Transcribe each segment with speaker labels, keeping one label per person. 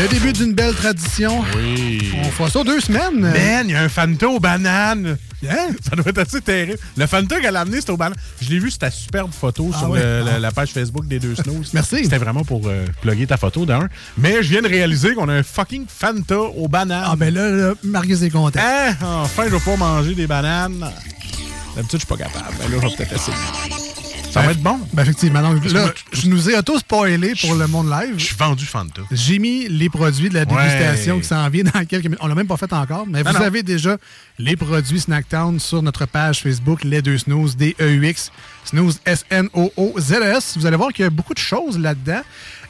Speaker 1: Le début d'une belle tradition.
Speaker 2: Oui. Ben.
Speaker 1: On fera ça deux semaines.
Speaker 2: Man, il y a un Fanta aux bananes.
Speaker 1: Hein?
Speaker 2: Ça doit être assez terrible. Le Fanta qu'elle a amené, c'était aux bananes. Je l'ai vu, c'était superbe photo
Speaker 1: Ah
Speaker 2: sur
Speaker 1: oui?
Speaker 2: le- la,
Speaker 1: Ah.
Speaker 2: la page Facebook des deux snows.
Speaker 1: Merci.
Speaker 2: C'était vraiment pour euh, plugger ta photo d'un. Mais je viens de réaliser qu'on a un fucking Fanta aux bananes.
Speaker 1: Ah ben là, là Marius est content.
Speaker 2: Hein? Enfin, je vais pouvoir manger des bananes. D'habitude, je suis pas capable. Mais là, je vais peut-être essayer. Ça va être bon.
Speaker 1: Ben effectivement, non, là, je nous ai auto-spoilé pour le monde
Speaker 2: Je
Speaker 1: live.
Speaker 2: suis vendu Fanta.
Speaker 1: J'ai mis les produits de la dégustation
Speaker 2: Ouais.
Speaker 1: qui s'en vient dans quelques minutes. On l'a même pas fait encore, mais
Speaker 2: Non,
Speaker 1: vous
Speaker 2: non.
Speaker 1: avez déjà les produits Snacktown sur notre page Facebook, les deux snooze, D-E-U-X, snooze, S-N-O-O-Z-S. E Vous allez voir qu'il y a beaucoup de choses là-dedans.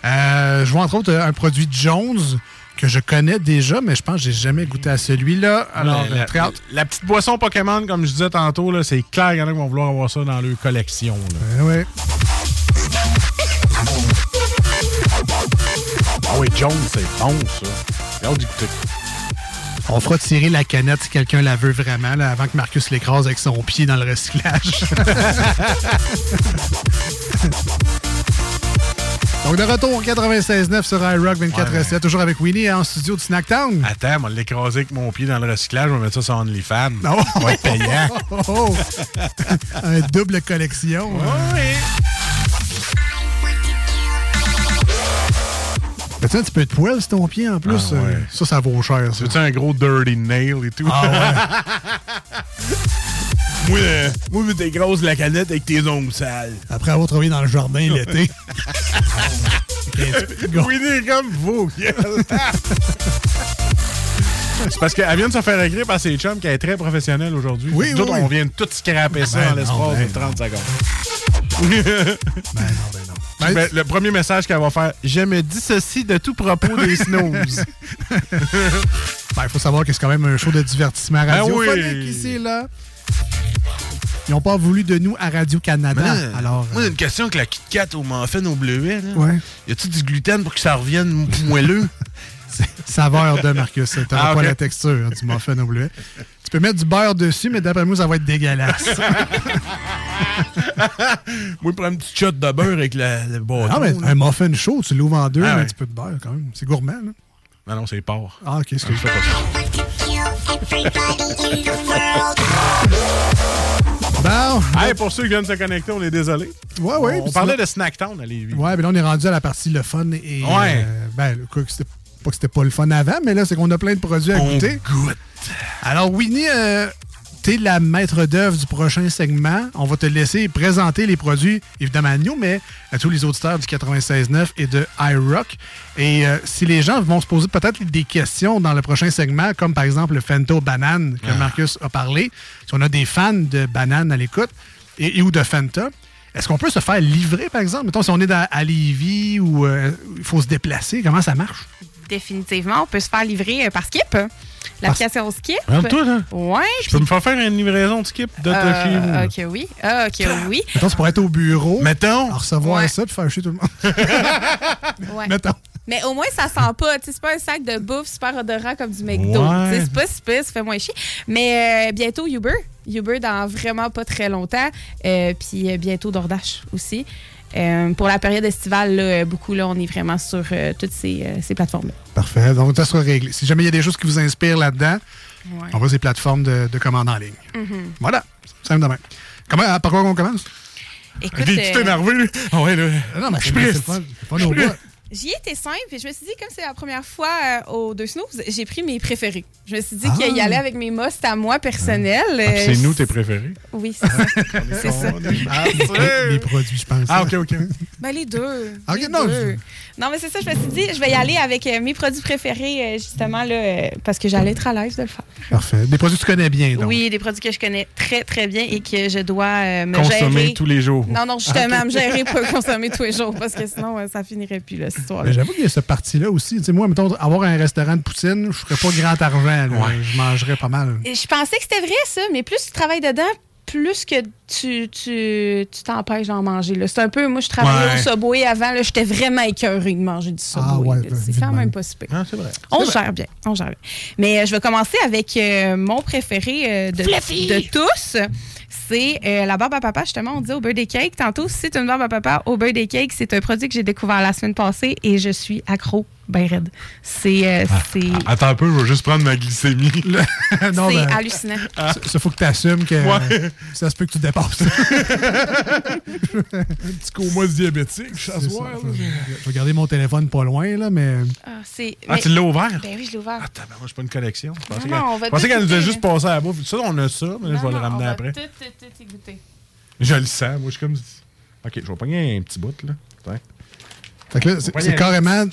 Speaker 1: Euh, je vois entre autres euh, un produit Jones que je connais déjà, mais je pense que j'ai jamais goûté à celui-là. Alors,
Speaker 2: la,
Speaker 1: euh, très hâte.
Speaker 2: la petite boisson Pokémon, comme je disais tantôt, là, c'est clair qu'il y en a qui vont vouloir avoir ça dans leur collection. là.
Speaker 1: Euh, ouais.
Speaker 2: Ah oui, Jones, c'est bon, ça. Là, on dit que t'as-
Speaker 1: On fera tirer la canette si quelqu'un la veut vraiment, là, avant que Marcus l'écrase avec son pied dans le recyclage. Donc, de retour au 96.9 sur iRock 24
Speaker 2: Ouais.
Speaker 1: 7 toujours avec Winnie hein, en studio de Snacktown.
Speaker 2: Attends, on va l'écraser avec mon pied dans le recyclage, on va mettre ça sur OnlyFans. Non! On va être payant.
Speaker 1: Oh, oh, oh. Un double collection. hein.
Speaker 2: oui!
Speaker 1: Mais tu as un petit peu de poil sur ton pied en plus.
Speaker 2: Ah, ouais.
Speaker 1: euh, Ça, ça vaut cher. Ça.
Speaker 2: Tu un gros dirty nail et tout? Ah moi, euh, moi, vu t'es grosse la canette avec tes ongles sales.
Speaker 1: Après avoir travaillé dans le jardin l'été.
Speaker 2: Winnie comme vous. C'est parce qu'elle vient de se faire agréer par ses chums qu'elle est très professionnelle aujourd'hui.
Speaker 1: Oui,
Speaker 2: Nous
Speaker 1: oui,
Speaker 2: autres,
Speaker 1: oui.
Speaker 2: on vient de tout scraper ça
Speaker 1: Ben
Speaker 2: en
Speaker 1: non,
Speaker 2: l'espace
Speaker 1: ben
Speaker 2: de 30 secondes.
Speaker 1: ben non, ben non. Ben,
Speaker 2: Ben, le premier message qu'elle va faire, je me dissocie de tout propos des snooze.
Speaker 1: Ben, il faut savoir que c'est quand même un show de divertissement radiophonique
Speaker 2: Ben oui.
Speaker 1: ici, là. Ils n'ont pas voulu de nous à Radio-Canada.
Speaker 2: Ben,
Speaker 1: Alors,
Speaker 2: Moi, j'ai
Speaker 1: euh,
Speaker 2: une question avec la Kit Kat au muffin au bleuet. Là.
Speaker 1: Ouais.
Speaker 2: Y a-tu du gluten pour que ça revienne mou- moelleux?
Speaker 1: saveur de Marcus. T'auras
Speaker 2: Ah,
Speaker 1: pas
Speaker 2: ok.
Speaker 1: la texture hein, du muffin au bleuet. Tu peux mettre du beurre dessus, mais d'après moi, ça va être dégueulasse.
Speaker 2: Moi, je prends une petite shot de beurre avec la- le bâton.
Speaker 1: non, mais
Speaker 2: là.
Speaker 1: un muffin chaud, tu l'ouvres en deux,
Speaker 2: Ah,
Speaker 1: mais
Speaker 2: ouais.
Speaker 1: un petit peu de beurre quand même. C'est gourmand, là.
Speaker 2: Non, non, c'est porc.
Speaker 1: Ah, ok, excuse
Speaker 2: Je fais pas ça.
Speaker 1: Bon,
Speaker 2: Ah, Hey, pour ceux qui viennent de se connecter, on est désolé.
Speaker 1: Ouais, ouais,
Speaker 2: On,
Speaker 1: puis
Speaker 2: parlait
Speaker 1: sinon-
Speaker 2: de Snacktown à Lévis.
Speaker 1: Ouais, mais là, on est rendu à la partie le fun et.
Speaker 2: Ouais.
Speaker 1: euh, ben, le- quoi que c'était pas que c'était pas le fun avant, mais là, c'est qu'on a plein de produits à
Speaker 2: On
Speaker 1: goûter.
Speaker 2: goûte.
Speaker 1: Alors, Winnie, euh, t'es la maître d'œuvre du prochain segment. On va te laisser présenter les produits, évidemment à nous, mais à tous les auditeurs du 96.9 et de iRock. Et euh, si les gens vont se poser peut-être des questions dans le prochain segment, comme par exemple le Fento Banane que Marcus a parlé, si on a des fans de banane à l'écoute et, et ou de Fanta, est-ce qu'on peut se faire livrer, par exemple? Mettons, si on est dans, à Lévis ou euh, il faut se déplacer, comment ça marche?
Speaker 3: Définitivement, on peut se faire livrer euh, par Skip. L'application Skip.
Speaker 2: Rentre-toi, là.
Speaker 3: Ouais.
Speaker 2: Tu peux me faire faire une livraison de skip de ta chez vous.
Speaker 3: euh,
Speaker 2: là.
Speaker 3: ok, oui. Ah, ok, oui.
Speaker 1: Mettons, tu pourrais être au bureau,
Speaker 2: Mettons.
Speaker 1: à recevoir
Speaker 3: Ouais.
Speaker 1: ça puis faire chier tout le monde.
Speaker 3: Ouais.
Speaker 1: Mettons.
Speaker 3: Mais au moins, ça sent pas. Tu sais, C'est pas un sac de bouffe super odorant comme du McDo.
Speaker 2: Ouais.
Speaker 3: Tu sais, C'est pas si pire, ça fait moins chier. Mais euh, bientôt Uber. Uber dans vraiment pas très longtemps. Euh, Puis euh, bientôt DoorDash aussi. Euh, pour la période estivale, là, euh, beaucoup, là, on est vraiment sur euh, toutes ces, euh, ces plateformes-là.
Speaker 1: Parfait. Donc, ça sera réglé. Si jamais il y a des choses qui vous inspirent là-dedans, on va sur les
Speaker 3: Mm-hmm.
Speaker 1: ah, plateformes de, de commande en ligne. Voilà. Simple de même. Comment, par quoi on commence?
Speaker 3: Écoute,
Speaker 2: Il est tout
Speaker 3: euh,
Speaker 2: énervé, lui. Ah ouais, là.
Speaker 1: Euh, Non, mais
Speaker 2: Je
Speaker 1: c'est
Speaker 2: suis
Speaker 1: bien, c'est
Speaker 2: triste.
Speaker 1: le fun. C'est le fun au bout.
Speaker 3: J'y étais simple, et je me suis dit, comme c'est la première fois euh, aux deux snooze, j'ai pris mes préférés. Je me suis dit
Speaker 2: Ah.
Speaker 3: qu'il y allait avec mes musts à moi personnel.
Speaker 2: Ah, puis
Speaker 3: Euh,
Speaker 2: c'est nous tes préférés.
Speaker 3: Oui, c'est ça. c'est ça.
Speaker 1: Les produits, je pense.
Speaker 2: Ah, ok, ok.
Speaker 3: Ben, les deux.
Speaker 2: Ah,
Speaker 1: Ok,
Speaker 3: les
Speaker 1: non,
Speaker 3: deux. Non, mais c'est ça, je me suis dit, je vais y aller avec euh, mes produits préférés, euh, justement, là, euh, parce que j'allais être à l'aise de le faire.
Speaker 1: Parfait. Des produits que tu connais bien, donc.
Speaker 3: Oui, des produits que je connais très, très bien et que je dois euh, me
Speaker 2: Consommer
Speaker 3: gérer.
Speaker 2: tous les jours.
Speaker 3: Non, non, justement, me gérer pour consommer tous les jours, parce que sinon, euh, ça finirait plus, là, cette histoire-là.
Speaker 1: Mais j'avoue qu'il y a ce parti-là aussi. Tu sais, moi, mettons, avoir un restaurant de poutine, je ferais pas grand argent. là. Je mangerais pas mal.
Speaker 3: Et Je pensais que c'était vrai, ça, mais plus tu travailles dedans, plus que tu tu- tu t'empêches d'en manger. là. C'est un peu, moi, je travaillais
Speaker 2: Ouais.
Speaker 3: au Subway avant, là, j'étais vraiment écœurée de manger du Subway.
Speaker 1: Ah ouais,
Speaker 3: là. c'est
Speaker 1: vite
Speaker 3: quand même
Speaker 1: même.
Speaker 3: pas si pire.
Speaker 2: Ah, c'est vrai.
Speaker 3: On gère bien, on gère bien. Mais euh, je vais commencer avec euh, mon préféré euh, de, de tous. C'est euh, la barbe à papa, justement, on dit au birthday cake. Tantôt, c'est une barbe à papa au birthday cake. C'est un produit que j'ai découvert la semaine passée et je suis accro, ben raide. C'est euh, c'est-
Speaker 2: Attends un peu, je vais juste prendre ma glycémie.
Speaker 1: non,
Speaker 3: c'est
Speaker 1: ben,
Speaker 3: hallucinant.
Speaker 1: ça, ça faut que tu assumes que
Speaker 2: Ouais.
Speaker 1: euh, ça se peut que tu dépasses.
Speaker 2: petit coma diabétique, je
Speaker 1: C'est ça. Je je vais garder mon téléphone pas loin, là, mais.
Speaker 3: Ah, c'est-
Speaker 2: Ah,
Speaker 3: mais-
Speaker 2: tu l'as ouvert?
Speaker 3: Ben oui, je l'ai ouvert.
Speaker 2: Attends, ben, moi, j'ai pas une collection. Je pensais
Speaker 3: Non, non, on
Speaker 2: qu'elle-
Speaker 3: va
Speaker 2: je pensais
Speaker 3: tout
Speaker 2: qu'elle nous a
Speaker 3: goûter,
Speaker 2: juste
Speaker 3: mais-
Speaker 2: passé à la bouffe. Ça, on a ça, mais là, je vais
Speaker 3: Ah, Non,
Speaker 2: le
Speaker 3: non,
Speaker 2: ramener
Speaker 3: on va
Speaker 2: après.
Speaker 3: tout, tout, tout égoutter.
Speaker 2: Je le sens, moi, je suis comme. Ok, je vais pogner un petit bout, là. Attends.
Speaker 1: Fait que là, c'est
Speaker 2: Ouais,
Speaker 1: c'est
Speaker 2: il y a-
Speaker 1: carrément.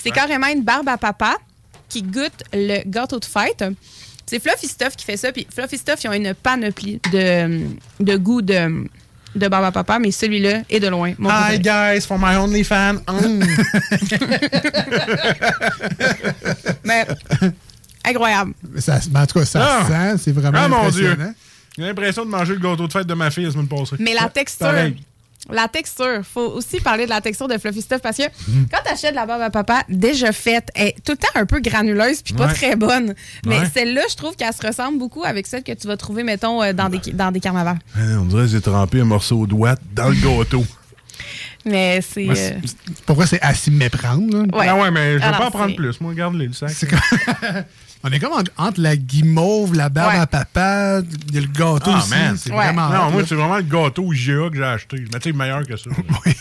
Speaker 3: C'est carrément une barbe à papa qui goûte le gâteau de fête. C'est Fluffy Stuff qui fait ça. Puis Fluffy Stuff, ils ont une panoplie de, de goût de, de barbe à papa, mais celui-là est de loin. mon
Speaker 2: Hi
Speaker 3: préféré.
Speaker 2: guys, for my only fan.
Speaker 3: Mais, incroyable.
Speaker 1: Ça, mais en tout cas, ça
Speaker 2: Ah!
Speaker 1: se sent. C'est vraiment.
Speaker 2: Ah, mon Dieu.
Speaker 1: impressionnant.
Speaker 2: J'ai l'impression de manger le gâteau de fête de ma fille la semaine passée.
Speaker 3: Mais la
Speaker 2: Ouais,
Speaker 3: texture.
Speaker 2: Ah, pareil.
Speaker 3: La texture. faut aussi parler de la texture de Fluffy Stuff parce que quand tu achètes de la barbe à papa déjà faite, elle est tout le temps un peu granuleuse puis pas
Speaker 2: Ouais.
Speaker 3: très bonne. Mais
Speaker 2: Ouais.
Speaker 3: celle-là, je trouve qu'elle se ressemble beaucoup avec celle que tu vas trouver, mettons, euh, dans, des, dans des carnavals.
Speaker 2: Hein, On dirait que j'ai trempé un morceau de ouate dans le gâteau.
Speaker 3: Mais c'est. euh,
Speaker 1: Pour vrai, c'est à s'y méprendre. là.
Speaker 3: Ouais.
Speaker 2: Ah ouais, mais je vais
Speaker 3: Alors,
Speaker 2: pas en prendre
Speaker 3: c'est-
Speaker 2: plus. Moi, garde le sac.
Speaker 1: C'est comme- On est comme en- entre la guimauve, la barbe
Speaker 3: Ouais.
Speaker 1: à papa, il y a le gâteau
Speaker 2: Ah,
Speaker 1: aussi.
Speaker 2: man.
Speaker 1: C'est
Speaker 3: Ouais.
Speaker 1: vraiment.
Speaker 2: Non,
Speaker 1: hot,
Speaker 2: moi,
Speaker 1: là.
Speaker 2: c'est vraiment le gâteau IGA que j'ai acheté. Mais tu sais, meilleur que ça.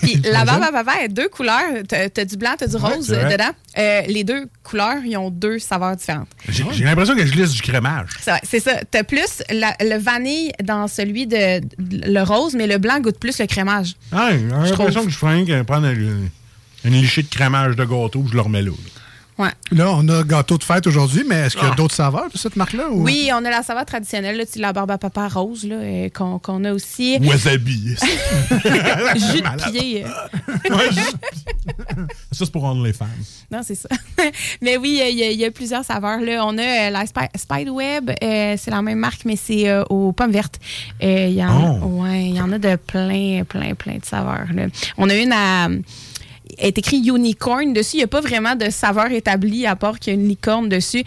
Speaker 3: Puis la barbe à papa est deux couleurs. T'as t'as du blanc, t'as du rose
Speaker 2: c'est
Speaker 3: euh,
Speaker 2: vrai.
Speaker 3: dedans. Euh, les deux couleurs, ils ont deux saveurs différentes.
Speaker 2: J'ai j'ai l'impression que je glisse du crémage.
Speaker 3: C'est vrai, c'est ça. T'as plus la- le vanille dans celui de, de- le rose, mais le blanc goûte plus le crémage.
Speaker 2: Ah, j'ai l'impression que je ferais rien qu'à prendre une, une lichée de crémage de gâteau, je le remets là.
Speaker 3: Ouais.
Speaker 1: Là, on a gâteau de fête aujourd'hui, mais est-ce qu'il
Speaker 2: Ah.
Speaker 1: y a d'autres saveurs de cette marque-là? ou-
Speaker 3: Oui, on a la saveur traditionnelle, là, tu sais, la barbe à papa rose là, euh, qu'on qu'on a aussi.
Speaker 2: Wasabi.
Speaker 3: Jus de pied. euh,
Speaker 2: Ouais, juste- ça, c'est pour OnlyFans.
Speaker 3: Non, c'est ça. mais oui, euh, il y, a- il y a plusieurs saveurs. Là. On a euh, la Spi- Spideweb, euh, c'est la même marque, mais c'est euh, aux pommes vertes. Euh, Il y, en-
Speaker 2: Oh.
Speaker 3: ouais, il y en a de plein, plein, plein de saveurs. là. On a une à. Elle est écrit unicorn dessus. Il n'y a pas vraiment de saveur établie à part qu'il y a une licorne dessus. Euh,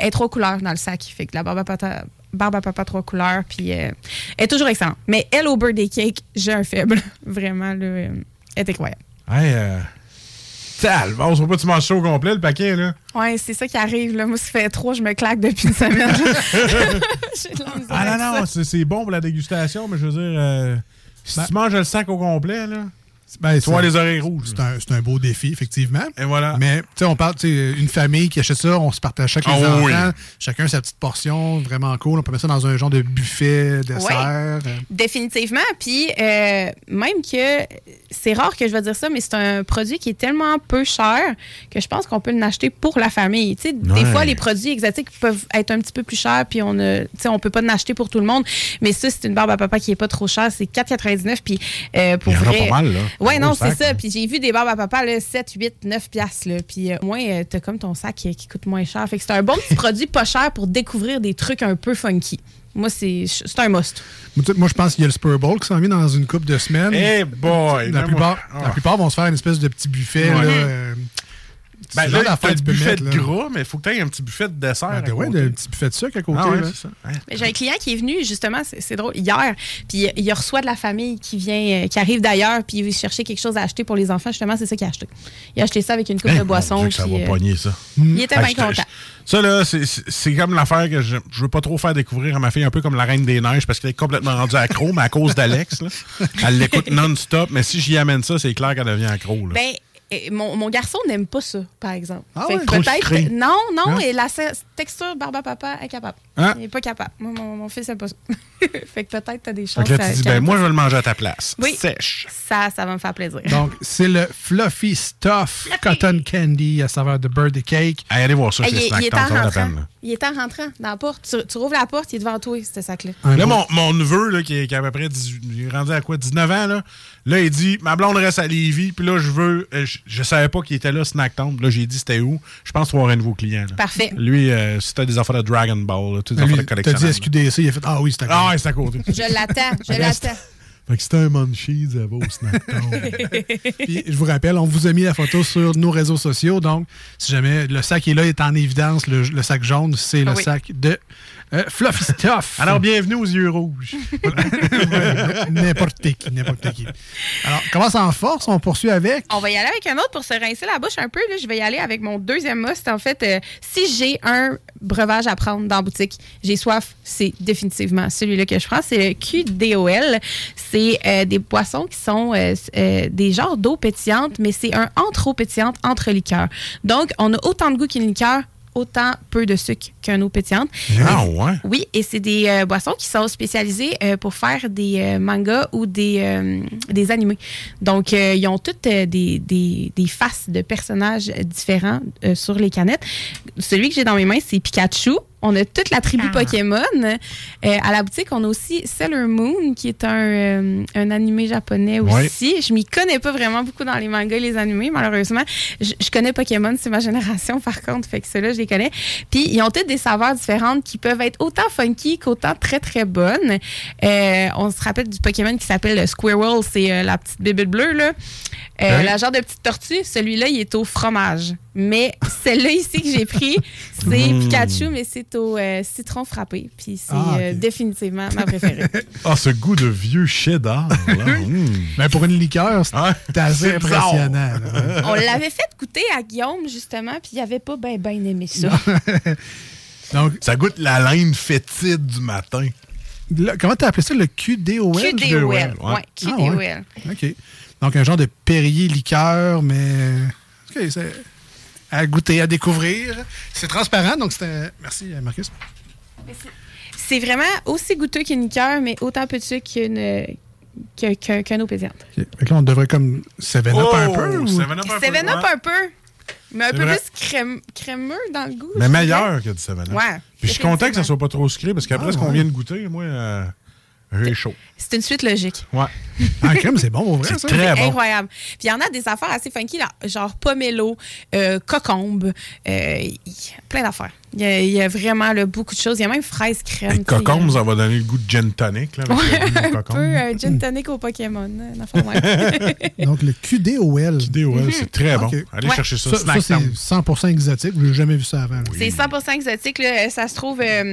Speaker 3: elle est trois couleurs dans le sac. Fait que la barbe à pata- barbe à papa trois couleurs. Puis euh, elle est toujours excellente. Mais elle au birthday cake, j'ai un faible. vraiment, là, euh, elle est incroyable.
Speaker 2: Hey, euh... t'as le bon, faut pas que tu manges ça au complet, le paquet, là.
Speaker 3: Ouais, c'est ça qui arrive. Là. Moi, ça fait trois, je me claque depuis une semaine. J'ai de la misère
Speaker 2: Ah
Speaker 3: avec
Speaker 2: non,
Speaker 3: ça.
Speaker 2: non, c'est c'est bon pour la dégustation, mais je veux dire, euh, si tu manges le sac au complet, là,
Speaker 1: Ben,
Speaker 2: tu vois
Speaker 1: c'est-
Speaker 2: les Eh oreilles rouges.
Speaker 1: C'est un, c'est un beau défi, effectivement.
Speaker 2: Et voilà.
Speaker 1: Mais, tu sais, on parle, tu sais, une famille qui achète ça, on se partage chaque les
Speaker 2: Ah
Speaker 1: enfants,
Speaker 2: oui.
Speaker 1: chacun sa petite portion, vraiment cool. On peut mettre ça dans un genre de buffet, dessert. euh,
Speaker 3: Définitivement. Puis, euh, même que c'est rare que je vais dire ça, mais c'est un produit qui est tellement peu cher que je pense qu'on peut l'acheter pour la famille. Tu sais, Des
Speaker 2: Ouais.
Speaker 3: fois, les produits exotiques peuvent être un petit peu plus chers, puis on ne tu sais, on peut pas en acheter pour tout le monde. Mais ça, c'est une barbe à papa qui est pas trop chère. C'est 4,99. Puis, euh, pour
Speaker 2: Il y en a
Speaker 3: vrai-
Speaker 2: pas mal, là.
Speaker 3: Ouais,
Speaker 2: Un
Speaker 3: non,
Speaker 2: gros
Speaker 3: c'est
Speaker 2: sac, hein.
Speaker 3: ça.
Speaker 2: là.
Speaker 3: Puis j'ai vu des barbes à papa, là, 7, 8, 9 piastres. Là. Puis euh, au moins, euh, t'as comme ton sac qui, qui coûte moins cher. Fait que c'est un bon petit produit pas cher pour découvrir des trucs un peu funky. Moi, c'est c'est un must.
Speaker 1: Moi, tu sais, Moi, je pense qu'il y a le Super Bowl qui s'en vient dans une coupe de semaines.
Speaker 2: Eh boy!
Speaker 1: la,
Speaker 2: même
Speaker 1: plupart,
Speaker 2: moi-
Speaker 1: la
Speaker 2: Ah.
Speaker 1: plupart vont se faire une espèce de petit buffet.
Speaker 2: Ouais. Hmm.
Speaker 1: là, euh,
Speaker 2: Ben,
Speaker 4: C'est
Speaker 2: là, Ben,
Speaker 4: genre d'affaire
Speaker 2: t'as le
Speaker 4: que tu peux
Speaker 2: buffet
Speaker 4: mettre,
Speaker 2: de
Speaker 4: là.
Speaker 2: gras, mais il faut que tu aies un petit buffet de dessert. à
Speaker 1: ben
Speaker 4: Ah, ouais,
Speaker 2: côté.
Speaker 4: un petit buffet de sucre à côté.
Speaker 2: Ah ouais,
Speaker 4: là.
Speaker 2: c'est ça. Hein?
Speaker 3: Mais J'ai un client qui est venu, justement, c'est c'est drôle, hier, puis il reçoit de la famille qui vient, euh, qui arrive d'ailleurs, puis il veut chercher quelque chose à acheter pour les enfants. Justement, c'est ça qu'il a acheté. Il a acheté ça avec une coupe
Speaker 2: Hey,
Speaker 3: de boisson.
Speaker 2: Ben, mon Ah, Dieu que ça
Speaker 3: puis,
Speaker 2: va
Speaker 3: euh,
Speaker 2: pogner, ça.
Speaker 3: il était
Speaker 2: Ah,
Speaker 3: bien
Speaker 2: je te-
Speaker 3: content.
Speaker 2: je- Ça, là, c'est- c'est c'est comme l'affaire que je, je veux pas trop faire découvrir à ma fille, un peu comme la Reine des Neiges, parce qu'elle est complètement rendue accro, mais à cause d'Alex, là. elle l'écoute non-stop. Mais si j'y amène ça, c'est clair qu'elle devient accro. Là.
Speaker 3: Ben, eh, mon, mon garçon n'aime pas ça, par exemple.
Speaker 1: Ah
Speaker 3: Fait
Speaker 1: ouais,
Speaker 3: que
Speaker 1: trop sucré.
Speaker 3: peut-être. Non, non,
Speaker 2: Hein?
Speaker 3: et la se- texture barbe à papa, incapable.
Speaker 2: Hein?
Speaker 3: Il est pas capable. Moi, mon, mon fils n'aime pas ça. fait que peut-être t'as
Speaker 2: Fait
Speaker 3: des chances.
Speaker 2: que là, tu
Speaker 3: euh,
Speaker 2: dis,
Speaker 3: qu'elle-
Speaker 2: ben, moi, je vais le manger à ta place.
Speaker 3: Oui.
Speaker 2: Sèche.
Speaker 3: Ça, ça va me faire plaisir.
Speaker 1: Donc, c'est le Fluffy Stuff Cotton Candy à saveur de birthday cake.
Speaker 2: Allez, allez voir ça
Speaker 3: Eh,
Speaker 2: chez
Speaker 3: il, est-
Speaker 2: Snack
Speaker 3: il est
Speaker 2: Town,
Speaker 3: en
Speaker 2: ça vaut la
Speaker 3: rentrant.
Speaker 2: peine, là.
Speaker 3: Il est en rentrant dans la porte. Tu, tu rouvres la porte, il est devant toi, c'était sa clé.
Speaker 1: Un
Speaker 2: Là,
Speaker 1: gros-
Speaker 2: mon, mon neveu, là, qui, est, qui a à peu près 18 il est rendu à quoi, 19 ans, là, là, il dit Ma blonde reste à Lévis, puis là, je veux. euh, Je, je savais pas qu'il était là, Snack Town. Puis Là, j'ai dit c'était où. Je pense qu'il va avoir un nouveau client. là.
Speaker 3: Parfait.
Speaker 2: Lui, euh, si t'as des affaires de Dragon Ball, là, tu sais, des affaires de
Speaker 1: Lui, T'as
Speaker 2: collection.
Speaker 1: dit SQDC, il a fait Ah oui, c'est à
Speaker 2: Ah ouais, c'est à côté.
Speaker 3: Je l'attends, je l'attends.
Speaker 2: fait que c'était un munchies, elle va au Snack Town.
Speaker 1: Puis, je vous rappelle, on vous a mis la photo sur nos réseaux sociaux. Donc, si jamais le sac est là, est en évidence, le, le sac jaune, c'est le
Speaker 3: Oui.
Speaker 1: sac de euh, Fluffy Stuff.
Speaker 2: Alors, bienvenue aux yeux rouges.
Speaker 1: n'importe qui, n'importe qui. Alors, on commence en force, on poursuit avec.
Speaker 3: On va y aller avec un autre pour se rincer la bouche un peu. Là. Je vais y aller avec mon deuxième must. En fait, euh, si j'ai un breuvage à prendre dans la boutique, j'ai soif, c'est définitivement celui-là que je prends. C'est le QDOL. C'est euh, des boissons qui sont euh, s- euh, des genres d'eau pétillante, mais c'est un entre eau pétillante, entre liqueur. Donc, on a autant de goût qu'une liqueur, autant peu de sucre qu'un eau pétillante.
Speaker 2: ah ouais.
Speaker 3: Oui, et c'est des euh, boissons qui sont spécialisées euh, pour faire des euh, mangas ou des, euh, des animés. Donc, euh, ils ont toutes euh, des, des- des faces de personnages euh, différents euh, sur les canettes. Celui que j'ai dans mes mains, c'est Pikachu. On a toute la tribu Pokémon. Euh, à la boutique, on a aussi Sailor Moon, qui est un, euh, un animé japonais
Speaker 2: Ouais.
Speaker 3: aussi. Je m'y connais pas vraiment beaucoup dans les mangas et les animés, malheureusement. Je, je connais Pokémon, c'est ma génération, par contre. Fait que ceux-là, je les connais. Puis, ils ont toutes des saveurs différentes qui peuvent être autant funky qu'autant très, très bonnes. Euh, on se rappelle du Pokémon qui s'appelle le Squirrel. C'est euh, la petite bébé bleue, là. Euh,
Speaker 2: Ouais.
Speaker 3: La genre de petite tortue. Celui-là, il est au fromage. Mais celle-là ici que j'ai pris, c'est Pikachu, mais c'est au euh, citron frappé. Puis, c'est
Speaker 1: Hmm. Ah, ok.
Speaker 3: euh, définitivement ma préférée.
Speaker 2: Ah, ce goût de vieux cheddar. Là. Mm.
Speaker 1: Ben, pour une liqueur, c'est
Speaker 2: Ah,
Speaker 1: assez
Speaker 2: c'est bizarre.
Speaker 1: impressionnant. là. hein.
Speaker 3: on l'avait fait goûter à Guillaume, justement, puis il avait pas bien, bien aimé ça.
Speaker 1: Donc,
Speaker 2: Ça goûte la laine fétide du matin.
Speaker 1: là, comment t'as appelé ça, le QDOL?
Speaker 3: QDOL. Ouais,
Speaker 2: ouais.
Speaker 3: QDOL.
Speaker 1: Ah, ouais. OK. Donc, un genre de Perrier liqueur, mais. OK, c'est à goûter, à découvrir. C'est transparent, donc c'est un. Merci, euh, Marcus.
Speaker 3: C'est vraiment aussi goûteux qu'une liqueur, mais autant peu de sucre qu'une que- que- qu'un eau pétillante.
Speaker 1: OK. Fait que là, on devrait comme 7-up un peu. ou-
Speaker 2: Oh, Seven Up un peu,
Speaker 3: Seven up
Speaker 2: ouais.
Speaker 3: un peu, mais un peu
Speaker 2: vrai.
Speaker 3: plus crème- crémeux dans le goût.
Speaker 2: Mais
Speaker 3: je
Speaker 2: meilleur que du 7 Up.
Speaker 3: Ouais,
Speaker 2: Puis je suis content que ça
Speaker 3: définitivement.
Speaker 2: soit pas trop sucré parce qu'après
Speaker 1: Ah,
Speaker 2: ce qu'on
Speaker 1: ouais.
Speaker 2: vient de goûter, moi, euh, j'ai chaud.
Speaker 3: dirais. C'est une suite logique.
Speaker 2: Ouais.
Speaker 1: Ah, crème, c'est bon, au vrai,
Speaker 2: C'est
Speaker 1: ça?
Speaker 2: très bon.
Speaker 3: Incroyable. Puis il y en a des affaires assez funky, là, genre pomelo, euh, cocombe, euh, y- plein d'affaires. Il y, a- il y a vraiment là, beaucoup de choses. Il y a même fraise crème.
Speaker 2: Et
Speaker 3: tu sais,
Speaker 2: cocombe, ça va donner le goût de gin tonic. Là, avec
Speaker 3: Ouais,
Speaker 2: le goût de
Speaker 3: un peu
Speaker 2: cocombe.
Speaker 3: euh, gin tonic au Pokémon. euh, une affaire de même.
Speaker 1: Donc, le QDOL.
Speaker 2: Idée, ouais, c'est très bon.
Speaker 1: Ok.
Speaker 2: Allez
Speaker 3: Ouais.
Speaker 2: chercher ça.
Speaker 1: Ça, ça,
Speaker 2: Snack
Speaker 1: c'est
Speaker 2: Town.
Speaker 1: 100% exotique. J'ai jamais vu ça avant. là.
Speaker 3: C'est 100% exotique. là. Ça se trouve euh,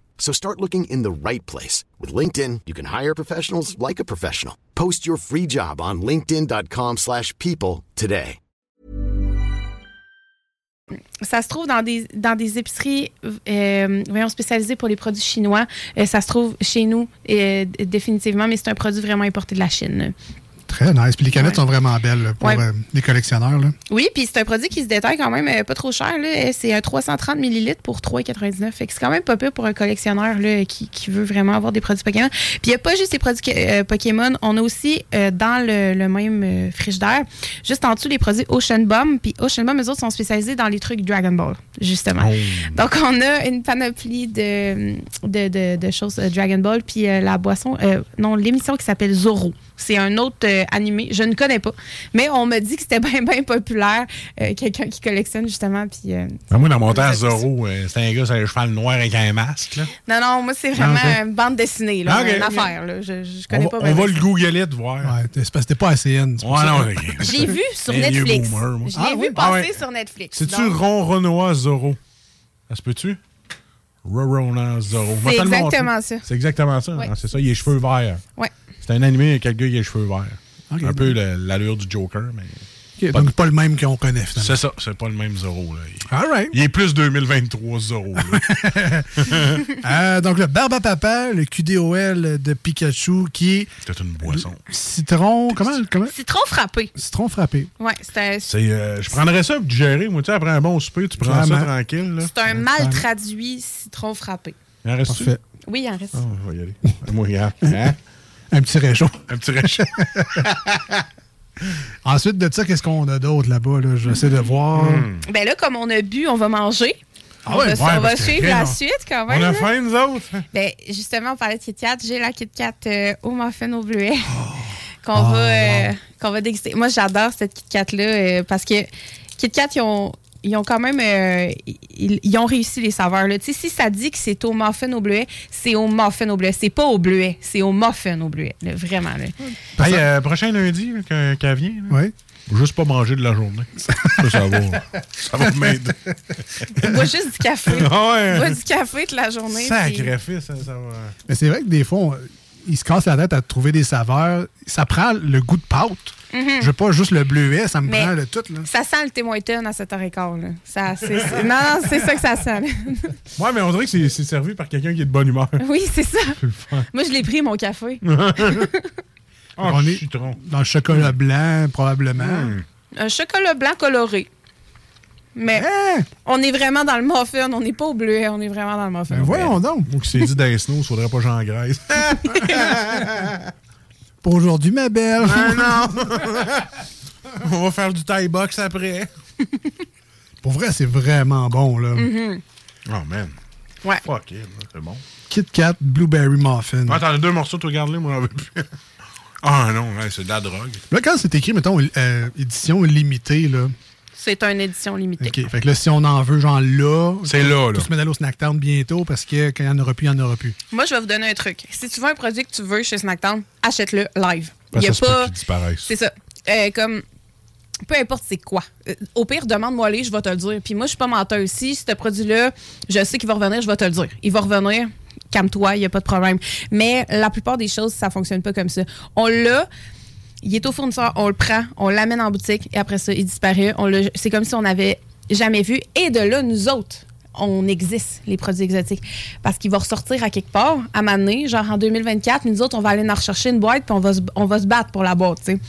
Speaker 5: So start looking in the right place. With LinkedIn, you can hire professionals like a professional. Post your free job on linkedin.com/people slash people today.
Speaker 3: ça se trouve dans des, dans des épiceries euh, voyons, spécialisées pour les produits chinois. Euh, ça se trouve chez nous, euh, d- définitivement, mais c'est un produit vraiment importé de la Chine.
Speaker 1: Très nice. Puis les canettes
Speaker 3: Ouais.
Speaker 1: sont vraiment belles là, pour
Speaker 3: Ouais.
Speaker 1: euh, les collectionneurs. Là.
Speaker 3: Oui, puis c'est un produit qui se détaille quand même euh, pas trop cher. là. Euh, C'est un 330 ml pour 3,99. Fait que c'est quand même pas peu pour un collectionneur là, qui, qui veut vraiment avoir des produits Pokémon. Puis il n'y a pas juste des produits euh, Pokémon. On a aussi euh, dans le, le même euh, frigidaire, juste en dessous, les produits Ocean Bomb. Puis Ocean Bomb, eux autres, sont spécialisés dans les trucs Dragon Ball, justement. Mm. Donc on a une panoplie de, de, de- de choses euh, Dragon Ball. Puis euh, la boisson, euh, non, l'émission qui s'appelle Zoro. C'est un autre euh, animé. Je ne connais pas. Mais on m'a dit que c'était bien, bien populaire. euh, Quelqu'un qui collectionne, justement. Puis, euh,
Speaker 2: Ah, Moi, dans mon temps, Zoro, euh, c'était un gars sur un cheval noir avec un masque. là.
Speaker 3: Non, non, moi, c'est vraiment
Speaker 1: Ah,
Speaker 3: une bande dessinée, là,
Speaker 2: Ah, ok,
Speaker 3: une
Speaker 2: ok.
Speaker 3: affaire. Là. Je, je
Speaker 2: On
Speaker 3: connais
Speaker 2: va,
Speaker 3: pas
Speaker 2: on
Speaker 3: bien
Speaker 2: va
Speaker 3: ça.
Speaker 2: le googler de voir.
Speaker 1: Ouais, c'est parce que t'es pas assez c'est pour
Speaker 2: Ouais,
Speaker 1: ça.
Speaker 2: non, ok.
Speaker 3: J'ai vu sur
Speaker 2: Les vieux
Speaker 3: Netflix.
Speaker 2: boomers, moi.
Speaker 3: Je l'ai
Speaker 2: Ah,
Speaker 3: vu
Speaker 2: oui?
Speaker 3: passer
Speaker 2: Ah, ouais.
Speaker 3: sur Netflix.
Speaker 2: C'est-tu
Speaker 3: Donc,
Speaker 2: Ronronoa Zoro? Ça se peut-tu? Rorona Zoro.
Speaker 3: C'est
Speaker 2: Va te le montrer.
Speaker 3: exactement ça.
Speaker 2: C'est exactement ça.
Speaker 3: Ouais.
Speaker 2: Ah, C'est ça, il a les cheveux verts.
Speaker 3: Ouais.
Speaker 2: C'est un animé avec quelqu'un qui a les cheveux verts.
Speaker 1: Ok.
Speaker 2: Un peu le- l'allure du Joker, mais.
Speaker 1: Ok, donc pas le même qu'on connaît finalement.
Speaker 2: C'est ça, c'est pas le même Zoro. Là. Il-
Speaker 1: All right.
Speaker 2: Il est plus 2023 Zoro. là.
Speaker 1: Euh, donc le Barbapapa, le QDOL de Pikachu qui est
Speaker 2: c'est une boisson.
Speaker 1: citron. Comment, comment?
Speaker 3: C'est trop frappé.
Speaker 1: Citron frappé.
Speaker 3: Ouais, c'est un,
Speaker 2: C'est, euh, je prendrais ça pour digérer. Moi, tu sais, après un bon souper, tu prends ça
Speaker 1: Vraiment.
Speaker 2: tranquille. Là.
Speaker 3: c'est un mal traduit citron frappé.
Speaker 2: Il en reste
Speaker 1: Parfait.
Speaker 3: Oui, il en reste.
Speaker 2: On va y aller. Moi, regarde. Hein?
Speaker 1: Un petit réchaud.
Speaker 2: Un petit réchaud.
Speaker 1: Ensuite de ça, qu'est-ce qu'on a d'autre là-bas? Là? J'essaie de voir.
Speaker 3: Ben là, comme on a bu, on va manger.
Speaker 2: Ah
Speaker 3: on
Speaker 2: ouais,
Speaker 3: va,
Speaker 2: ouais,
Speaker 3: on va
Speaker 2: parce que
Speaker 3: suivre
Speaker 2: rien,
Speaker 3: la
Speaker 2: on-
Speaker 3: suite quand
Speaker 2: On
Speaker 3: même.
Speaker 2: a
Speaker 3: là.
Speaker 2: faim, nous autres.
Speaker 3: Ben, justement, on parlait de Kit Kat. J'ai la Kit Kat euh, au muffin au bleuet
Speaker 2: Oh.
Speaker 3: qu'on
Speaker 2: Ah,
Speaker 3: va, euh, qu'on va déguster. Moi, j'adore cette Kit Kat-là euh, parce que Kit Kat, ils ont, ils ont quand même euh, ils, ils ont réussi les saveurs. Là. Tu sais, Si ça dit que c'est au muffin au bleuet, c'est au muffin au bleuet. C'est pas au bleuet, c'est au muffin au bleuet. là, vraiment. là.
Speaker 2: Hey, euh, prochain lundi, là, que- qu'elle vient. là.
Speaker 1: Oui.
Speaker 2: Faut Juste pas manger de la journée. Ça, ça va. Ça va m'aider.
Speaker 3: Bois juste du café. Bois
Speaker 2: Ah ouais.
Speaker 3: du café toute la journée. puis-
Speaker 2: Sacrifice, ça, ça va.
Speaker 1: Mais c'est vrai que des fois, on- ils se cassent la tête à trouver des saveurs. Ça prend le goût de pâte. Je veux pas juste le bleuet, ça me
Speaker 3: Mais-
Speaker 1: prend le tout. Là.
Speaker 3: Ça sent le témoiton à 7h15. Là. Ça, c'est, c'est- non, non, c'est ça que ça sent. là.
Speaker 2: Ouais, mais on dirait que c'est- c'est servi par quelqu'un qui est de bonne humeur.
Speaker 3: Oui, c'est ça. Moi, je l'ai pris, mon café.
Speaker 2: Ah,
Speaker 1: On
Speaker 2: je
Speaker 1: est-
Speaker 2: suis tronc.
Speaker 1: Dans le chocolat blanc, probablement.
Speaker 3: un chocolat blanc coloré. Mais
Speaker 1: Hein?
Speaker 3: on est vraiment dans le muffin, on n'est pas au bleuet, on est vraiment dans le muffin.
Speaker 1: Ben voyons donc.
Speaker 2: Moi qui s'est dit d'un snow, il faudrait pas que j'engraisse.
Speaker 1: Pour aujourd'hui, ma belle.
Speaker 2: on va faire du Thai box après.
Speaker 1: Pour vrai, c'est vraiment bon. là.
Speaker 2: Oh, man.
Speaker 3: Ouais.
Speaker 2: Fuck it, là, c'est bon.
Speaker 1: Kit Kat Blueberry Muffin.
Speaker 2: Attends, t'en as deux morceaux, toi, regarde-les, moi, j'en veux plus. Ah non, ouais, c'est de la drogue.
Speaker 1: Là, quand c'est écrit, mettons, euh, édition limitée, là.
Speaker 3: C'est une édition limitée.
Speaker 1: OK. Fait que là, si on en veut, genre là.
Speaker 2: C'est là, là.
Speaker 1: Tout se met d'aller au Snack Town bientôt parce que quand il n'y en aura plus, il n'y en aura plus.
Speaker 3: Moi, je vais vous donner un truc. Si tu veux un produit que tu veux chez Snacktown, achète-le live.
Speaker 2: Parce
Speaker 3: Il y a
Speaker 2: que ça se peut
Speaker 3: pas.
Speaker 2: qu'il disparaisse.
Speaker 3: C'est ça. Euh, comme. Peu importe c'est quoi. Euh, Au pire, demande-moi les, je vais te le dire. Puis moi, je suis pas menteur. Si ce produit-là, je sais qu'il va revenir, je vais te le dire. Il va revenir, calme-toi, il n'y a pas de problème. Mais la plupart des choses, ça fonctionne pas comme ça. On l'a, il est au fournisseur, on le prend, on l'amène en boutique et après ça, il disparaît. On le- c'est comme si on n'avait jamais vu. Et de là, nous autres, on existe, les produits exotiques. Parce qu'il va ressortir à quelque part, à m'amener, genre en 2024, mais nous autres, on va aller en rechercher une boîte puis on va se, on va se battre pour la boîte, tu sais.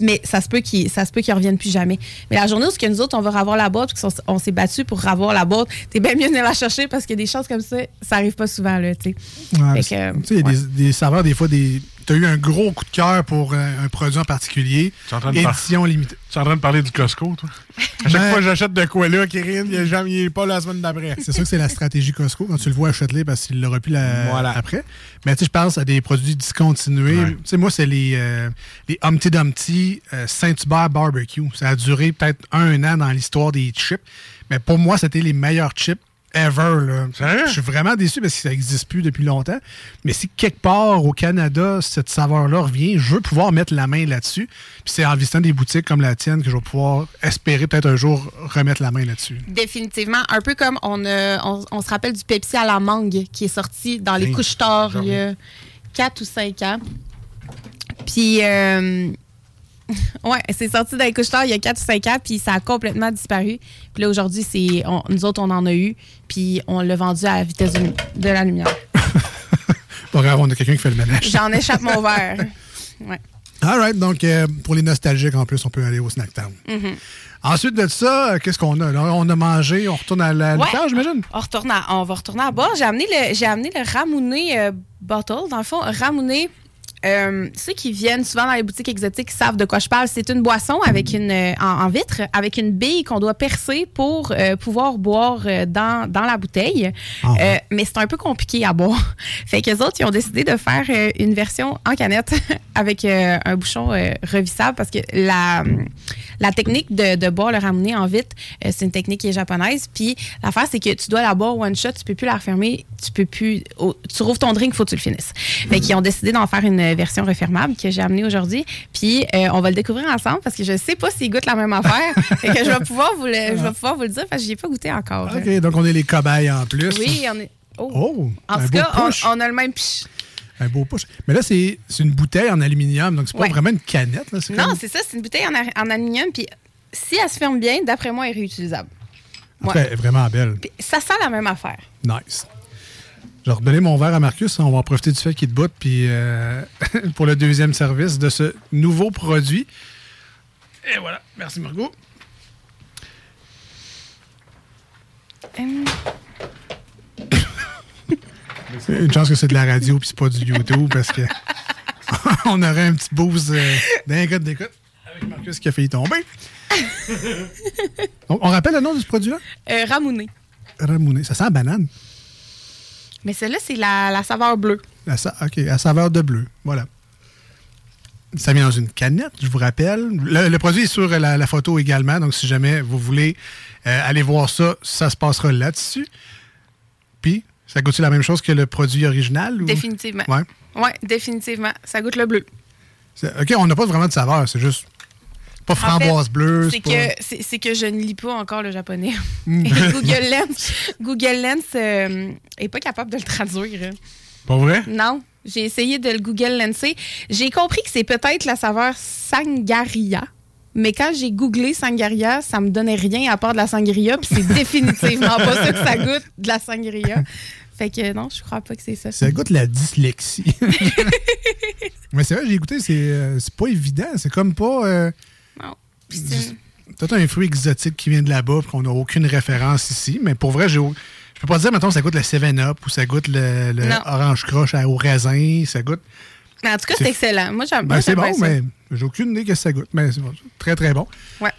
Speaker 3: Mais ça se peut qu'ils ça se peut qu'ils reviennent plus jamais. Mais la journée où ce que nous autres on va revoir la boîte, puis qu'on s- on s'est battu pour revoir la boîte, t'es bien mieux de venir la chercher parce que des choses comme ça, ça arrive pas souvent là, tu sais.
Speaker 1: Ouais,
Speaker 3: Fait que,
Speaker 1: tu sais, il y a
Speaker 3: ouais.
Speaker 1: des, des saveurs, des fois, des. T'as eu un gros coup de cœur pour euh, un, un produit en particulier.
Speaker 2: T'es en train de
Speaker 1: Édition limitée.
Speaker 2: Tu es en train de parler du Costco, toi? À chaque
Speaker 1: Ouais.
Speaker 2: fois que j'achète de quoi là, Kirin, il est jamais- il est pas là la semaine d'après.
Speaker 1: C'est sûr que c'est la stratégie Costco. Quand tu le vois, achète-les parce qu'il l'aura plus la-
Speaker 2: Voilà.
Speaker 1: après. Mais tu sais, je pense à des produits discontinués.
Speaker 2: Ouais.
Speaker 1: Tu sais, moi, c'est les, euh, les Humpty Dumpty euh, Saint-Hubert Barbecue. Ça a duré peut-être un an dans l'histoire des chips. Mais pour moi, c'était les meilleurs chips ever. là.
Speaker 2: Sérieux?
Speaker 1: Je suis vraiment déçu parce que ça n'existe plus depuis longtemps. Mais si quelque part au Canada, cette saveur-là revient, je veux pouvoir mettre la main là-dessus. Puis c'est en visitant des boutiques comme la tienne que je vais pouvoir espérer peut-être un jour remettre la main là-dessus.
Speaker 3: Définitivement, un peu comme on, euh, on, on se rappelle du Pepsi à la mangue qui est sorti dans les
Speaker 2: Hey,
Speaker 3: couches tard il y a 4 ou 5 ans. Puis euh, Ouais, c'est sorti d'un couche il y a 4 ou 5 ans, puis ça a complètement disparu. Puis là, aujourd'hui, c'est on- nous autres, on en a eu, puis on l'a vendu à la vitesse du- de la lumière.
Speaker 1: Pas grave, on a quelqu'un qui fait le ménage.
Speaker 3: J'en échappe mon verre. Ouais.
Speaker 1: All right, donc euh, pour les nostalgiques, en plus, on peut aller au Snack Town.
Speaker 3: Mm-hmm.
Speaker 1: Ensuite de ça, euh, qu'est-ce qu'on a? Là, on a mangé, on retourne à la
Speaker 3: Ouais.
Speaker 1: l'hôpital, j'imagine?
Speaker 3: On, retourne à- on va retourner à bord. J'ai amené le, j'ai amené le ramouné euh, bottle. Dans le fond, ramouné, euh, ceux qui viennent souvent dans les boutiques exotiques savent de quoi je parle. C'est une boisson avec une, euh, en, en vitre avec une bille qu'on doit percer pour euh, pouvoir boire euh, dans, dans la bouteille.
Speaker 1: Ah ouais.
Speaker 3: Euh, mais c'est un peu compliqué à boire. fait que les autres, ils ont décidé de faire euh, une version en canette avec euh, un bouchon euh, revissable parce que la, la technique de, de boire le ramener en vite, euh, c'est une technique qui est japonaise. Puis l'affaire, c'est que tu dois la boire one shot, tu peux plus la refermer, tu peux plus. oh, tu rouvres ton drink, faut que tu le finisses. Fait qu'ils ont décidé d'en faire une version refermable que j'ai amenée aujourd'hui. Puis euh, on va le découvrir ensemble parce que je sais pas s'ils goûtent la même affaire. fait que je vais pouvoir vous le, je vais pouvoir vous le dire parce que j'y ai pas goûté encore.
Speaker 1: Ah, OK, donc on est les cobayes en plus.
Speaker 3: Oui, on est. Oh!
Speaker 1: Oh,
Speaker 3: en
Speaker 1: un
Speaker 3: tout
Speaker 1: beau
Speaker 3: cas, on,
Speaker 1: push.
Speaker 3: on a le même pich.
Speaker 1: Un beau push. Mais là, c'est c'est une bouteille en aluminium, donc c'est pas
Speaker 3: Ouais.
Speaker 1: vraiment une canette. Là,
Speaker 3: Non,
Speaker 1: comme-
Speaker 3: c'est ça, c'est une bouteille en, a- en aluminium, puis si elle se ferme bien, d'après moi, elle est réutilisable.
Speaker 1: En tout cas, elle est vraiment belle.
Speaker 3: Puis ça sent la même affaire.
Speaker 1: Nice. Je vais redonner mon verre à Marcus. hein. On va en profiter du fait qu'il te boot puis, euh, pour le deuxième service de ce nouveau produit. Et voilà. Merci, Margot.
Speaker 3: Hum,
Speaker 1: Une chance que c'est de la radio puis c'est pas du YouTube parce que on aurait un petit boost euh, d'un code d'écoute avec Marcus qui a failli tomber. Donc, on rappelle le nom de ce produit-là?
Speaker 3: euh, ramouné.
Speaker 1: Ramouné. Ça sent la banane.
Speaker 3: Mais celle-là, c'est la, la saveur bleue.
Speaker 1: À sa- OK, à saveur de bleu. Voilà. Ça vient dans une canette, je vous rappelle. Le, le produit est sur la, la photo également, donc si jamais vous voulez euh, aller voir ça, ça se passera là-dessus. Puis, ça goûte la même chose que le produit original? ou-
Speaker 3: Définitivement.
Speaker 1: Ouais.
Speaker 3: Ouais, définitivement. Ça goûte le bleu.
Speaker 1: C'est- OK, on n'a pas vraiment de saveur, c'est juste pas
Speaker 3: En fait,
Speaker 1: framboise bleue.
Speaker 3: C'est
Speaker 1: c'est pas- Mm.
Speaker 3: que, c'est- c'est que je ne lis pas encore le japonais. Google Lens, Google Lens euh, est pas capable de le traduire.
Speaker 2: Pas vrai?
Speaker 3: Non, j'ai essayé de le Google Lenser. J'ai compris que c'est peut-être la saveur sangaria. Mais quand j'ai googlé sangria, ça me donnait rien à part de la sangria, puis c'est définitivement pas ça que ça goûte de la sangria. Fait que non, je crois pas que c'est ça.
Speaker 1: Ça goûte la dyslexie. Mais c'est vrai, j'ai écouté, c'est euh, c'est pas évident. C'est comme pas... euh,
Speaker 3: Non. Puis c'est une-
Speaker 1: Peut-être un fruit exotique qui vient de là-bas puis qu'on n'a aucune référence ici, mais pour vrai, j'ai au- je peux pas dire, mettons, ça goûte le 7-Up ou ça goûte le, le
Speaker 3: Non.
Speaker 1: orange croche à- au raisin, ça goûte.
Speaker 3: Mais en tout cas,
Speaker 1: C'est-
Speaker 3: c'est excellent. Moi, j'aime
Speaker 1: Ben,
Speaker 3: moi,
Speaker 1: c'est
Speaker 3: j'aime
Speaker 1: bon,
Speaker 3: bien ça.
Speaker 1: mais j'ai aucune idée que ça goûte, mais c'est bon, très très bon.
Speaker 3: Ouais.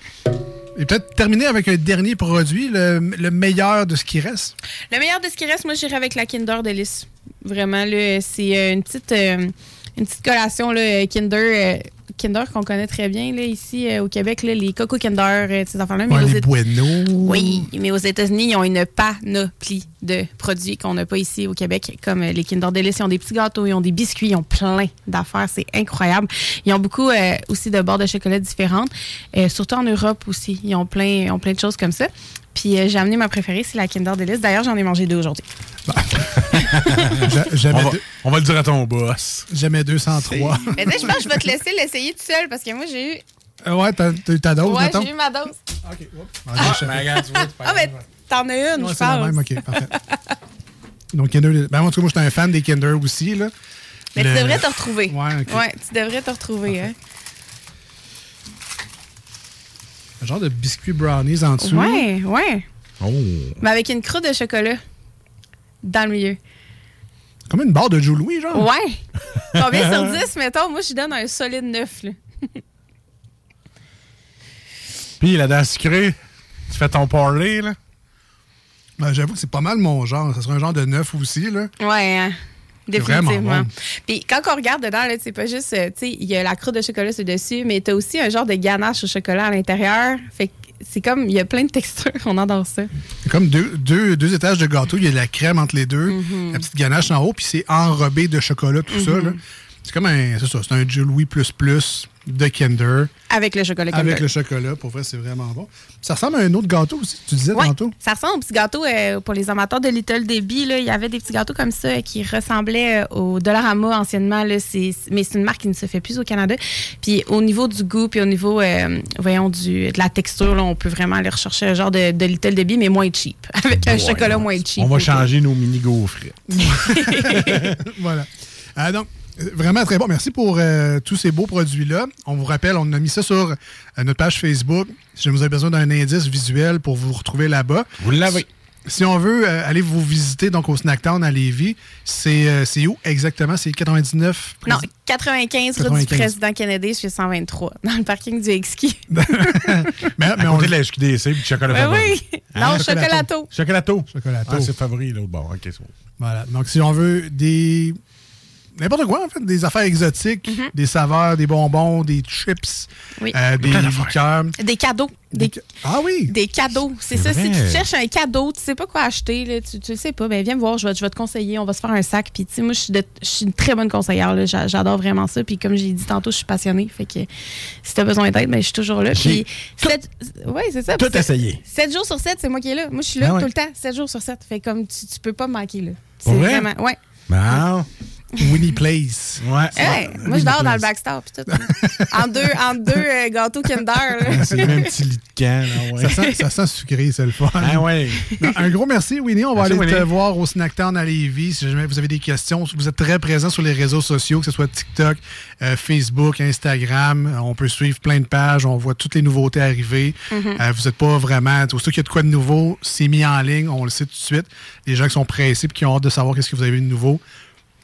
Speaker 1: Et peut-être terminer avec un dernier produit, le, le meilleur de ce qui reste.
Speaker 3: Le meilleur de ce qui reste, moi, j'irais avec la Kinder Delice. Vraiment, là, c'est euh, une petite, euh, une petite collation, là, Kinder. euh, Kinder qu'on connaît très bien là, ici euh, au Québec, là, les Coco Kinder, euh, ces enfants-là. mais
Speaker 1: Ouais,
Speaker 3: aux
Speaker 1: les
Speaker 3: Éta-
Speaker 1: Bueno.
Speaker 3: Oui, mais aux États-Unis, ils ont une panoplie de produits qu'on n'a pas ici au Québec, comme euh, les Kinder Delice. Ils ont des petits gâteaux, ils ont des biscuits, ils ont plein d'affaires. C'est incroyable. Ils ont beaucoup euh, aussi de barres de chocolat différentes, euh, surtout en Europe aussi. Ils ont plein, ils ont plein de choses comme ça. Puis euh, j'ai amené ma préférée, c'est la Kinder Delice. D'ailleurs, j'en ai mangé deux aujourd'hui.
Speaker 1: Ja-
Speaker 2: On
Speaker 1: Jamais,
Speaker 2: va,
Speaker 1: deux-
Speaker 2: on va le dire à ton boss.
Speaker 1: jamais 203.
Speaker 3: Mais tu sais, je pense que je vais te laisser l'essayer tout seul parce que moi, j'ai eu,
Speaker 1: Euh, ouais, t'as t'as eu ta dose,
Speaker 3: ouais,
Speaker 1: mettons.
Speaker 3: j'ai eu ma dose.
Speaker 1: Ok, oups. Ah, j'ai échappé.
Speaker 3: Ah, mais t'en as une,
Speaker 1: Ouais,
Speaker 3: je
Speaker 1: c'est la
Speaker 3: pense.
Speaker 1: même, ok, parfait. Donc, Kinder. Ben, en tout cas, moi, je suis un fan des Kinder aussi. Là.
Speaker 3: Mais
Speaker 1: Le-
Speaker 3: tu devrais te retrouver.
Speaker 1: Ouais, ok.
Speaker 3: ouais, tu devrais te retrouver. Hein.
Speaker 1: Un genre de biscuit brownies en dessous.
Speaker 3: Ouais, ouais.
Speaker 2: Oh.
Speaker 3: Mais avec une croûte de chocolat dans le milieu.
Speaker 1: Comme une barre de Jouloui, genre.
Speaker 3: Ouais. Combien sur 10, mettons? Moi, je lui donne un solide 9. Là.
Speaker 2: Puis la danse sucrée, tu fais ton parler, là.
Speaker 1: Ben, J'avoue que c'est pas mal mon genre. Ça serait un genre de neuf aussi, là.
Speaker 3: Ouais, hein.
Speaker 1: vraiment
Speaker 3: définitivement.
Speaker 1: bon.
Speaker 3: Puis quand on regarde dedans, là, c'est pas juste, euh, tu sais, il y a la croûte de chocolat sur le dessus, mais t'as aussi un genre de ganache au chocolat à l'intérieur. Fait que c'est comme, il y a plein de textures, on adore ça.
Speaker 1: C'est comme deux, deux, deux étages de gâteau. Il y a de la crème entre les deux, la petite ganache en haut, puis c'est enrobé de chocolat, tout ça, là. C'est comme un. C'est ça, c'est un Jouloui plus plus de Kinder
Speaker 3: Avec le chocolat Kinder.
Speaker 1: avec le chocolat. Pour vrai, c'est vraiment bon. Ça ressemble à un autre gâteau aussi, tu disais
Speaker 3: Ouais,
Speaker 1: tantôt.
Speaker 3: Ça ressemble aux petits gâteaux euh, pour les amateurs de Little Debbie. là, Il y avait des petits gâteaux comme ça euh, qui ressemblaient euh, au Dollarama anciennement. Là, c'est- mais c'est une marque qui ne se fait plus au Canada. Puis au niveau du goût, puis au niveau, euh, voyons, du, de la texture, là, on peut vraiment aller rechercher un genre de, de Little Debbie, mais moins cheap. Avec un
Speaker 2: Ouais,
Speaker 3: chocolat
Speaker 2: non.
Speaker 3: moins cheap.
Speaker 2: On va
Speaker 3: Ok.
Speaker 2: changer nos mini gaufrettes.
Speaker 1: Voilà. Ah, donc, euh, vraiment très bon. Merci pour euh, tous ces beaux produits-là. On vous rappelle, on a mis ça sur euh, notre page Facebook. Si vous avez besoin d'un indice visuel pour vous retrouver là-bas.
Speaker 2: Vous l'avez.
Speaker 1: Si on veut euh, aller vous visiter donc au Snacktown à Lévis, c'est euh, c'est où exactement? C'est 99?
Speaker 3: Non, 95, route du
Speaker 1: 95.
Speaker 3: président Kennedy, je suis 123, dans le parking du Exki.
Speaker 2: Ben,
Speaker 1: Mais, mais
Speaker 2: À
Speaker 1: on
Speaker 2: côté de la SQDC puis du chocolat
Speaker 3: Ben
Speaker 2: favori. Hein?
Speaker 3: oui, non, chocolato.
Speaker 2: Chocolato.
Speaker 1: Chocolato.
Speaker 2: Ah, c'est favori, l'autre bord. OK, c'est bon.
Speaker 1: Voilà. Donc, si on veut des. N'importe quoi, en fait. Des affaires exotiques, des saveurs, des bonbons, des chips,
Speaker 3: Mm-hmm. Oui.
Speaker 1: euh, des
Speaker 2: Plein d'affaires.
Speaker 1: liqueurs.
Speaker 3: Des cadeaux. Des,
Speaker 1: Ah oui!
Speaker 3: Des cadeaux. C'est
Speaker 2: C'est
Speaker 3: ça, si
Speaker 2: vrai.
Speaker 3: tu cherches un cadeau, tu sais pas quoi acheter, là, tu, tu le sais pas, ben viens me voir, je vais, je vais te conseiller, on va se faire un sac. Puis tu sais, moi, je suis de- je suis une très bonne conseillère, là. J'a- j'adore vraiment ça. Puis comme j'ai dit tantôt, je suis passionnée, fait que si t'as besoin d'aide, ben je suis toujours là.
Speaker 2: J'ai
Speaker 3: Puis sept- ouais, c'est ça.
Speaker 2: tout
Speaker 3: puis sept-
Speaker 2: essayé.
Speaker 3: Sept jours sur 7, c'est moi qui est là. Moi, je suis là
Speaker 2: Ah ouais.
Speaker 3: tout le temps, 7 jours sur 7. Fait comme tu, tu peux pas me manquer, là. C'est
Speaker 2: Pour vrai?
Speaker 3: vraiment, ouais.
Speaker 1: Ah.
Speaker 2: Bon.
Speaker 1: Winnie Place.
Speaker 2: Ah, Ouais.
Speaker 3: Hey, moi, je dors dans le backstore, puis tout. en deux, en deux euh, gâteaux Kinder, là.
Speaker 2: C'est le même petit lit de camp. là, ouais.
Speaker 1: Ça sent, ça sent sucré, c'est le fun.
Speaker 2: Ah ouais.
Speaker 1: Non, Un gros merci, Winnie. On va
Speaker 2: Merci,
Speaker 1: aller te
Speaker 2: Winnie.
Speaker 1: voir au Snacktown à Lévis. Si jamais vous avez des questions, vous êtes très présent sur les réseaux sociaux, que ce soit TikTok, euh, Facebook, Instagram. Euh, On peut suivre plein de pages. On voit toutes les nouveautés arriver. Euh, vous n'êtes pas vraiment... Aussitôt qu'il y a de quoi de nouveau, c'est mis en ligne. On le sait tout de suite. Les gens qui sont pressés et qui ont hâte de savoir qu'est-ce que vous avez de nouveau,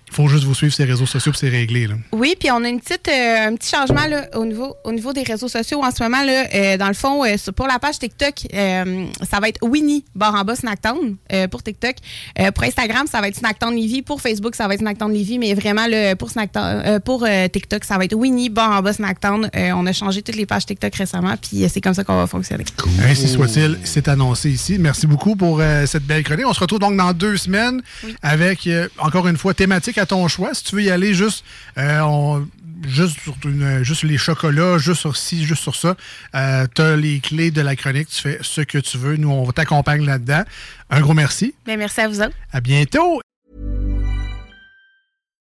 Speaker 1: il faut juste vous suivre sur les réseaux sociaux puis c'est réglé. là.
Speaker 3: Oui, puis on a une petite, euh, un petit changement là, au, niveau, au niveau des réseaux sociaux en ce moment. Là, euh, dans le fond, euh, sur- pour la page TikTok, euh, ça va être Winnie, barre en bas, Snacktown euh, pour TikTok. Euh, pour Instagram, ça va être Snacktown Livy. Pour Facebook, ça va être Snacktown Livy. Mais vraiment, là, pour, Snacktown, euh, pour euh, TikTok, ça va être Winnie, barre en bas, Snacktown. Euh, on a changé toutes les pages TikTok récemment, puis euh, c'est comme ça qu'on va fonctionner.
Speaker 1: Ainsi soit-il, c'est annoncé ici. Merci beaucoup pour euh, cette belle chronique. On se retrouve donc dans deux semaines avec, euh, encore une fois, thématique à ton choix. Si tu veux y aller juste, euh, on- juste, sur une- euh, juste les chocolats, juste sur ci, juste sur ça, euh, tu as les clés de la chronique. Tu fais ce que tu veux. Nous, on t'accompagne là-dedans. Un gros merci.
Speaker 3: Ben, merci à vous autres.
Speaker 1: À bientôt.